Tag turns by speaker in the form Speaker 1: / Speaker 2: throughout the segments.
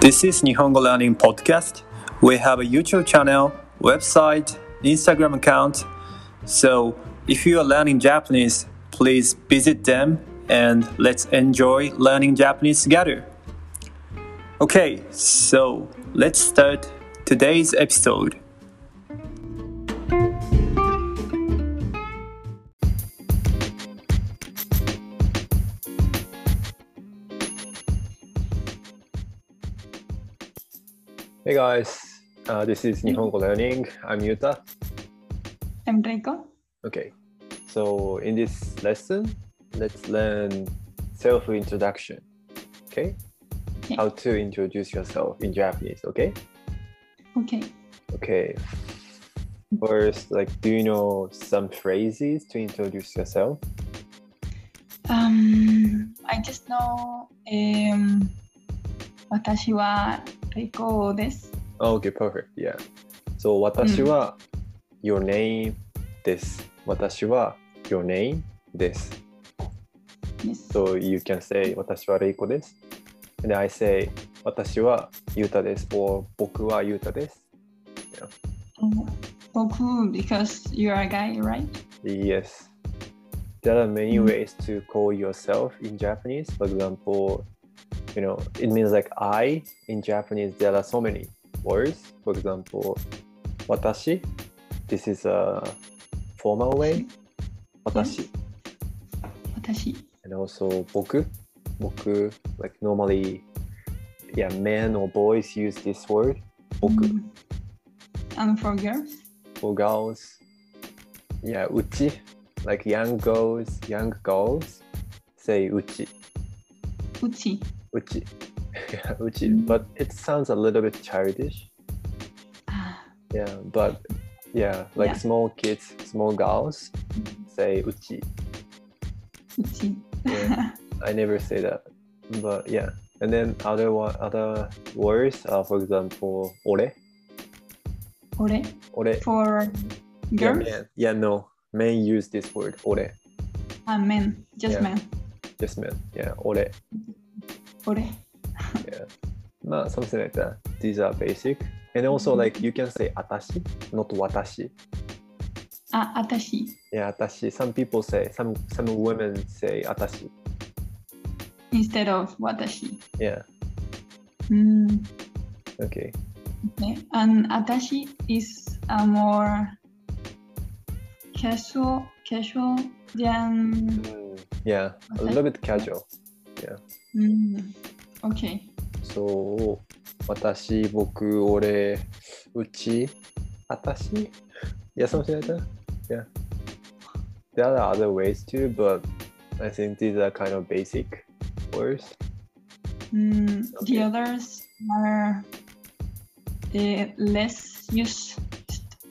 Speaker 1: This is Nihongo Learning Podcast. We have a YouTube channel, website, Instagram account. So if you are learning Japanese, please visit them and let's enjoy learning Japanese together. Okay, so let's start today's episode.
Speaker 2: Hey guys, uh, this is Nihongo Learning. I'm Yuta.
Speaker 3: I'm Reiko.
Speaker 2: Okay, so in this lesson, let's learn self introduction. Okay?
Speaker 3: Okay.
Speaker 2: How to introduce yourself in Japanese. Okay?
Speaker 3: Okay.
Speaker 2: Okay. First, like, do you know some phrases to introduce yourself?
Speaker 3: Um, I just know um, 私はレイコーです。
Speaker 2: Oh, okay, perfect. Yeah. So, 私は your name です。私は your name です。
Speaker 3: です。
Speaker 2: So you can say 私はレイコです。And then I say 私はユータです。or 僕はユータです。
Speaker 3: 僕、because you are a guy, right?
Speaker 2: Yes. There are many
Speaker 3: うん
Speaker 2: ways to call yourself in Japanese. For example, you know, it means like I in Japanese. There are so many words. For example, 私 This is a formal way. 私
Speaker 3: 私。
Speaker 2: and also 僕僕 like normally yeah men or boys use this word 僕、
Speaker 3: うん。And for girls?
Speaker 2: for girls yeah うち like young girls young girls say うち
Speaker 3: うち。
Speaker 2: う ち yeah, うち、
Speaker 3: うん
Speaker 2: but it sounds a little bit childish
Speaker 3: あ
Speaker 2: yeah but yeah like
Speaker 3: Yeah.
Speaker 2: small kids small girls say うち
Speaker 3: うち。
Speaker 2: Yeah. I never say that, but yeah. And then other one, other words are, for example, "俺,"
Speaker 3: 俺。
Speaker 2: "俺."
Speaker 3: For
Speaker 2: Yeah,
Speaker 3: girls?
Speaker 2: man. yeah, no, men use this word "俺,"
Speaker 3: and ah, men. Just
Speaker 2: Yeah.
Speaker 3: men.
Speaker 2: just men. Yeah, "俺."
Speaker 3: 俺。
Speaker 2: Nah, something like that. These are basic. And also, like you can say "atashi," not "watashi."
Speaker 3: あ、私。
Speaker 2: Yeah, "atashi." Some people say, some some women say "atashi."
Speaker 3: instead of Mm. 私。
Speaker 2: Yeah.
Speaker 3: うん。
Speaker 2: Okay.
Speaker 3: Okay. And Atashi is a more casual casual than
Speaker 2: Yeah, a
Speaker 3: Okay.
Speaker 2: little bit casual.
Speaker 3: mm, okay.
Speaker 2: そう、私、僕、俺、うち、あたし Yeah, something like that. Yeah. There are other ways too, but I think these are kind of basic words.
Speaker 3: Mm,
Speaker 2: Okay.
Speaker 3: The others are uh, less used.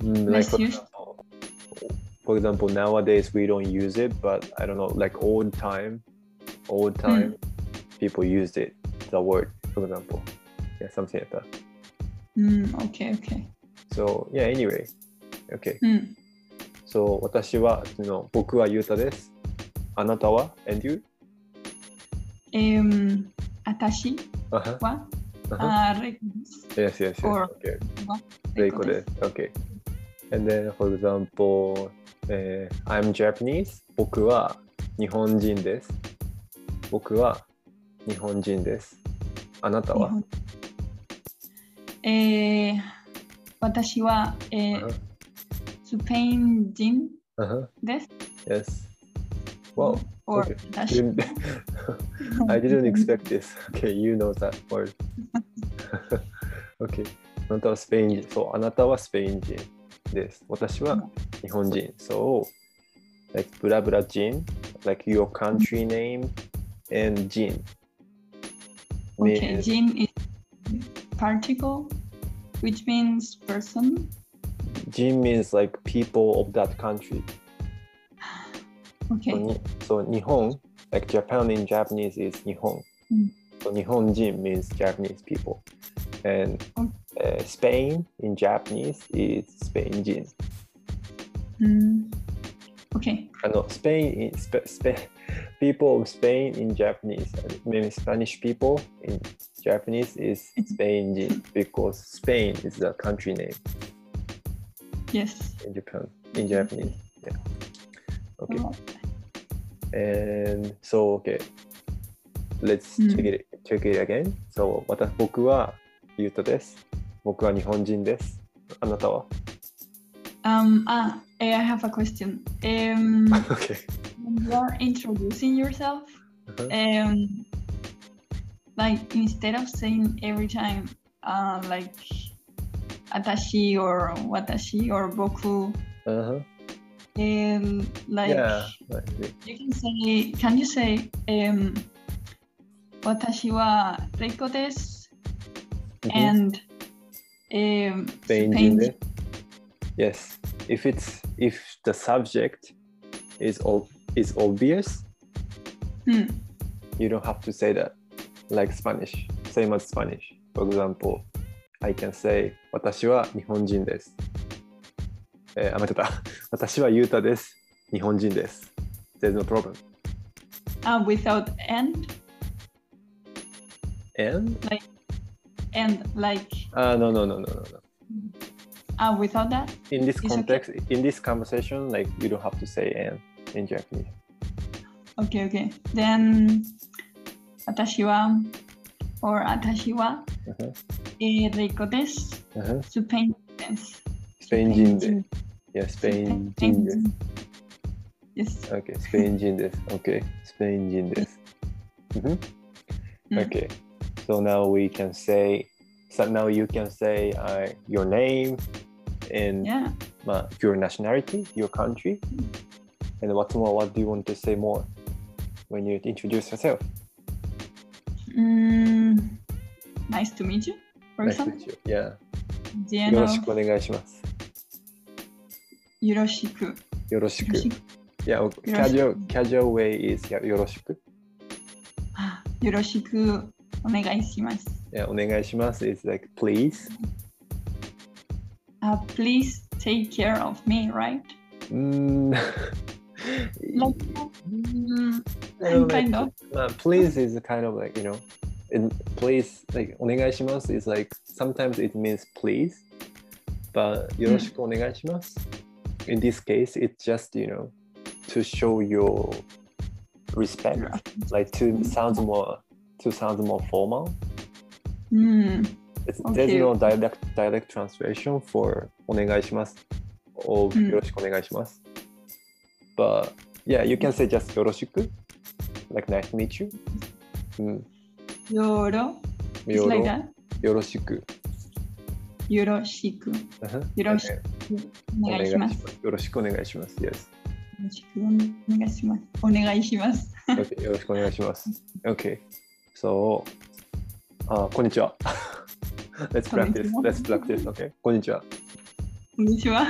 Speaker 2: Mm,
Speaker 3: Less
Speaker 2: for
Speaker 3: used.
Speaker 2: example, for example, nowadays we don't use it, but I don't know, like old time, old time, people used it, the word, for example. Yeah, something like that.
Speaker 3: Mm, okay, okay.
Speaker 2: So, yeah, anyway. Okay.
Speaker 3: Mm,
Speaker 2: そう、私は、その僕はユータです。あなたは ?And you?
Speaker 3: um, Atashi
Speaker 2: あは
Speaker 3: wa
Speaker 2: あは
Speaker 3: uh, recognize
Speaker 2: Yes, yes, yes.
Speaker 3: or-
Speaker 2: Okay.
Speaker 3: wa
Speaker 2: レイコです。Okay. And then, for example,、えー I'm Japanese. 僕は日本人です。僕は日本人です。あなたは
Speaker 3: Eh, watashi wa eh,
Speaker 2: あは
Speaker 3: Spain jin
Speaker 2: あは
Speaker 3: desu.
Speaker 2: Yes. Wow.
Speaker 3: or
Speaker 2: okay.
Speaker 3: Atashi.
Speaker 2: You- I didn't expect this. Okay, you know that word. okay. あなたはスペイン人。そう、あなたはスペイン人です。私は日本人。そう、like ブラブラ人、like your country name and 人。
Speaker 3: Okay,
Speaker 2: means-
Speaker 3: jin is particle, which means person.
Speaker 2: 人 means like people of that country.
Speaker 3: Okay.
Speaker 2: そうにそう、日本、like Japan in Japanese is 日本
Speaker 3: うん。
Speaker 2: そう日本人 means Japanese people. And、uh,
Speaker 3: うん
Speaker 2: えー Spain in Japanese is スペイン人。
Speaker 3: Mm, Okay.
Speaker 2: あの、スペイン Uh, in, スペ、スペイン、people of Spain in Japanese, maybe Spanish people in Japanese is
Speaker 3: Mm-hmm.
Speaker 2: Spain because Spain is the country name
Speaker 3: Yes.
Speaker 2: in Japan, in
Speaker 3: Mm-hmm.
Speaker 2: Japanese. Yeah. Okay.
Speaker 3: So,
Speaker 2: And so, okay. Let's
Speaker 3: うん
Speaker 2: check it, check it again. So, また僕はゆうとです。僕は日本人です。あなたは
Speaker 3: um, ah, eh, I have a question. Um,
Speaker 2: ?Okay.
Speaker 3: when you are introducing yourself,
Speaker 2: Uh-huh.
Speaker 3: um, like instead of saying every time, uh, like atashi or watashi or boku,
Speaker 2: Uh-huh.
Speaker 3: um, like
Speaker 2: Yeah. like it.
Speaker 3: you can say, can you say, um, watashi wa reiko desu
Speaker 2: Mhm.
Speaker 3: and um,
Speaker 2: Spain
Speaker 3: Spain-
Speaker 2: Jinbe. Yes, if it's if the subject is ob- is obvious,
Speaker 3: Hmm.
Speaker 2: you don't have to say that. Like Spanish, same as Spanish. For example, I can say 私は日本人です。えー、あ、間違 った。私はユータです。日本人です。There's no problem.
Speaker 3: Uh, without end.
Speaker 2: And?
Speaker 3: and like
Speaker 2: Uh, no, no, no, no, no, no.
Speaker 3: uh, without that
Speaker 2: In this
Speaker 3: It's okay.
Speaker 2: context, in this conversation, like you don't have to say and in Japanese.
Speaker 3: okay okay then atashi wa or atashi wa
Speaker 2: Uh-huh.
Speaker 3: eh, reiko desu
Speaker 2: Uh-huh.
Speaker 3: Japan desu.
Speaker 2: Spain 人で。Yeah, Spain 人です。
Speaker 3: yes
Speaker 2: Okay, スペイン人です。Okay, スペイン人です。Mhm.
Speaker 3: うん
Speaker 2: Okay, so now we can say, so now you can say、uh, your name and、
Speaker 3: yeah
Speaker 2: まあ、your nationality, your country, and what's more, what do you want to say more when you introduce yourself?
Speaker 3: mm, nice to meet you for
Speaker 2: Nice to
Speaker 3: example
Speaker 2: meet you. Yeah.
Speaker 3: the
Speaker 2: よ
Speaker 3: end
Speaker 2: ろ
Speaker 3: of
Speaker 2: しくお願いします。
Speaker 3: yoroshiku
Speaker 2: よろしく。
Speaker 3: yoroshiku
Speaker 2: Yeah, okay.
Speaker 3: よろし
Speaker 2: casual,
Speaker 3: く
Speaker 2: casual way is yeah, よろしく。
Speaker 3: Ah, yoroshiku onegaishimasu
Speaker 2: Yeah, お願いします is like please.
Speaker 3: uh, please take care of me right
Speaker 2: うー ん
Speaker 3: like mm,
Speaker 2: I don't
Speaker 3: kind
Speaker 2: like
Speaker 3: of
Speaker 2: Uh, please is a kind of like you know, in please like お願いします is like sometimes it means please, but
Speaker 3: Hmm.
Speaker 2: よろしくお願いします in this case it's just you know to show your respect like to sounds more to sounds more formal.
Speaker 3: mm.
Speaker 2: It's,
Speaker 3: Okay.
Speaker 2: There's no direct direct translation for お願いします or
Speaker 3: Mm.
Speaker 2: よろしくお願いします。But yeah, you can say just よろしく like nice to meet you. うん。
Speaker 3: Yoro. It's
Speaker 2: よ
Speaker 3: like
Speaker 2: ろ
Speaker 3: that.
Speaker 2: よろしく。
Speaker 3: Yoroshiku. よろしくお
Speaker 2: お願
Speaker 3: 願い
Speaker 2: い
Speaker 3: し
Speaker 2: し
Speaker 3: ま。
Speaker 2: ますす。よろしくお願いします。Yes.
Speaker 3: よろしくお願いします。お願いします。
Speaker 2: Okay. よろしくお願いします。Okay. So, あ、こんにちは。Let's
Speaker 3: こんにち
Speaker 2: practice.
Speaker 3: は
Speaker 2: Let's practice. Okay. こんにちは。
Speaker 3: こんにちは。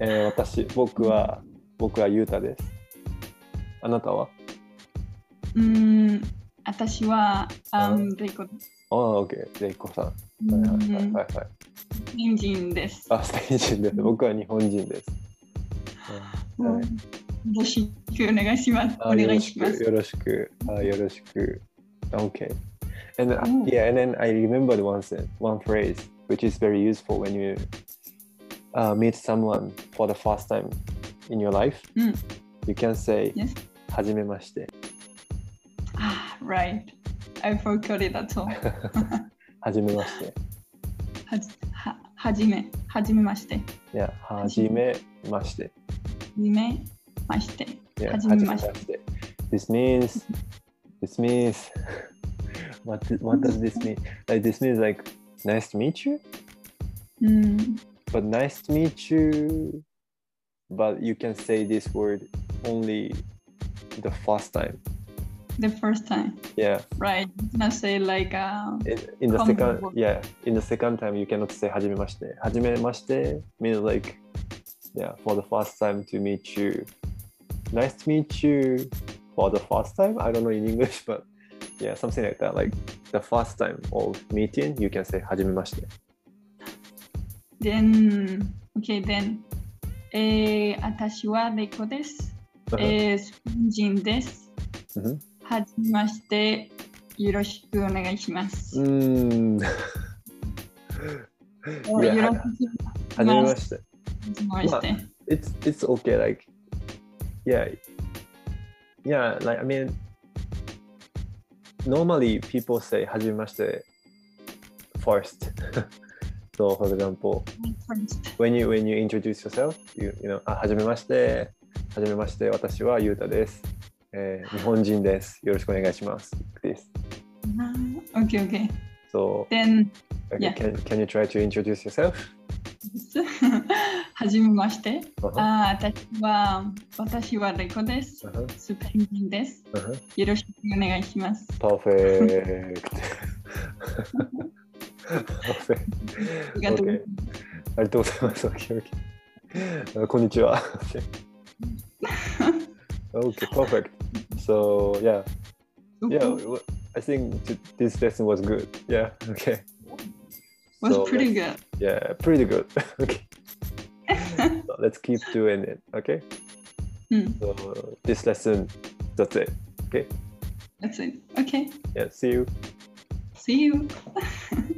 Speaker 2: えー、私、僕は、僕はゆうたです。あなたは
Speaker 3: うーん、私は、あ、
Speaker 2: うん
Speaker 3: レイコ、
Speaker 2: ああ、OK。レイコさん。は
Speaker 3: う
Speaker 2: いはいはい
Speaker 3: ん
Speaker 2: はいはい。
Speaker 3: 日本人です。
Speaker 2: あ、スペイン人です。僕は日本人です。
Speaker 3: うん
Speaker 2: はい
Speaker 3: よろしくお願いします。
Speaker 2: あ
Speaker 3: お
Speaker 2: よ
Speaker 3: 願
Speaker 2: ろ
Speaker 3: い
Speaker 2: し
Speaker 3: し
Speaker 2: く
Speaker 3: ます。
Speaker 2: よろしくあよろしく okay and then,
Speaker 3: うん
Speaker 2: yeah and then I remembered one sen- one phrase which is very useful when you uh, meet someone for the first time in your life
Speaker 3: うん
Speaker 2: you can say
Speaker 3: Yes.
Speaker 2: はじめまして
Speaker 3: Ah, right. I forgot it at all.
Speaker 2: はじめまして
Speaker 3: はじ、は、はじめ、はじめまして。は
Speaker 2: yeah はじめまして
Speaker 3: じめまして。
Speaker 2: yeah
Speaker 3: はじめまして
Speaker 2: はじめまして this means this means what what does this mean like this means like nice to meet you
Speaker 3: うん、
Speaker 2: but nice to meet you. But you can say this word only the first time.
Speaker 3: the first time.
Speaker 2: Yeah.
Speaker 3: Right. Now say like, uh,
Speaker 2: In, in the
Speaker 3: Come
Speaker 2: second,
Speaker 3: on.
Speaker 2: yeah, in the second time, you cannot say hajimemashite. Hajimemashite means like, yeah, for the first time to meet you. Nice to meet you for the first time. I don't know in English, but yeah, something like that. Like the first time of meeting, you can say hajimemashite.
Speaker 3: then okay then えー、私はレコです。 えー、スペイン人です。
Speaker 2: うん
Speaker 3: はじめまして、よろしくお願いします。
Speaker 2: う
Speaker 3: よ
Speaker 2: ーん。
Speaker 3: ろしくお願いし
Speaker 2: はじめまして。
Speaker 3: ます。
Speaker 2: it's it's okay like yeah yeah like i mean normally people say hajimashite first so for example when you when you introduce yourself you you know あはじめましてはじめまして私はゆうたです、えー、日本人ですよろしくお願いしますです
Speaker 3: Okay, okay.
Speaker 2: so
Speaker 3: Then,
Speaker 2: like,
Speaker 3: Yeah.
Speaker 2: can, can you try to introduce yourself
Speaker 3: はじめまして。
Speaker 2: uh-huh.
Speaker 3: あー私は、私はレコです。
Speaker 2: Uh-huh.
Speaker 3: スペイン人です。
Speaker 2: Uh-huh.
Speaker 3: よろしくお願いします。
Speaker 2: perfect perfect
Speaker 3: ありがとうございます。
Speaker 2: ありがとうございます。OK, OK. あこんにち は。OK, perfect. So, yeah,
Speaker 3: どこ
Speaker 2: yeah, w- I think t- this lesson was good. Yeah, okay.
Speaker 3: was
Speaker 2: So,
Speaker 3: pretty good.
Speaker 2: let's- Yeah, pretty good. okay. So let's keep doing it. Okay.
Speaker 3: うん、
Speaker 2: So, this lesson, that's it.
Speaker 3: that's it. Okay,
Speaker 2: Yeah, see you.
Speaker 3: see you.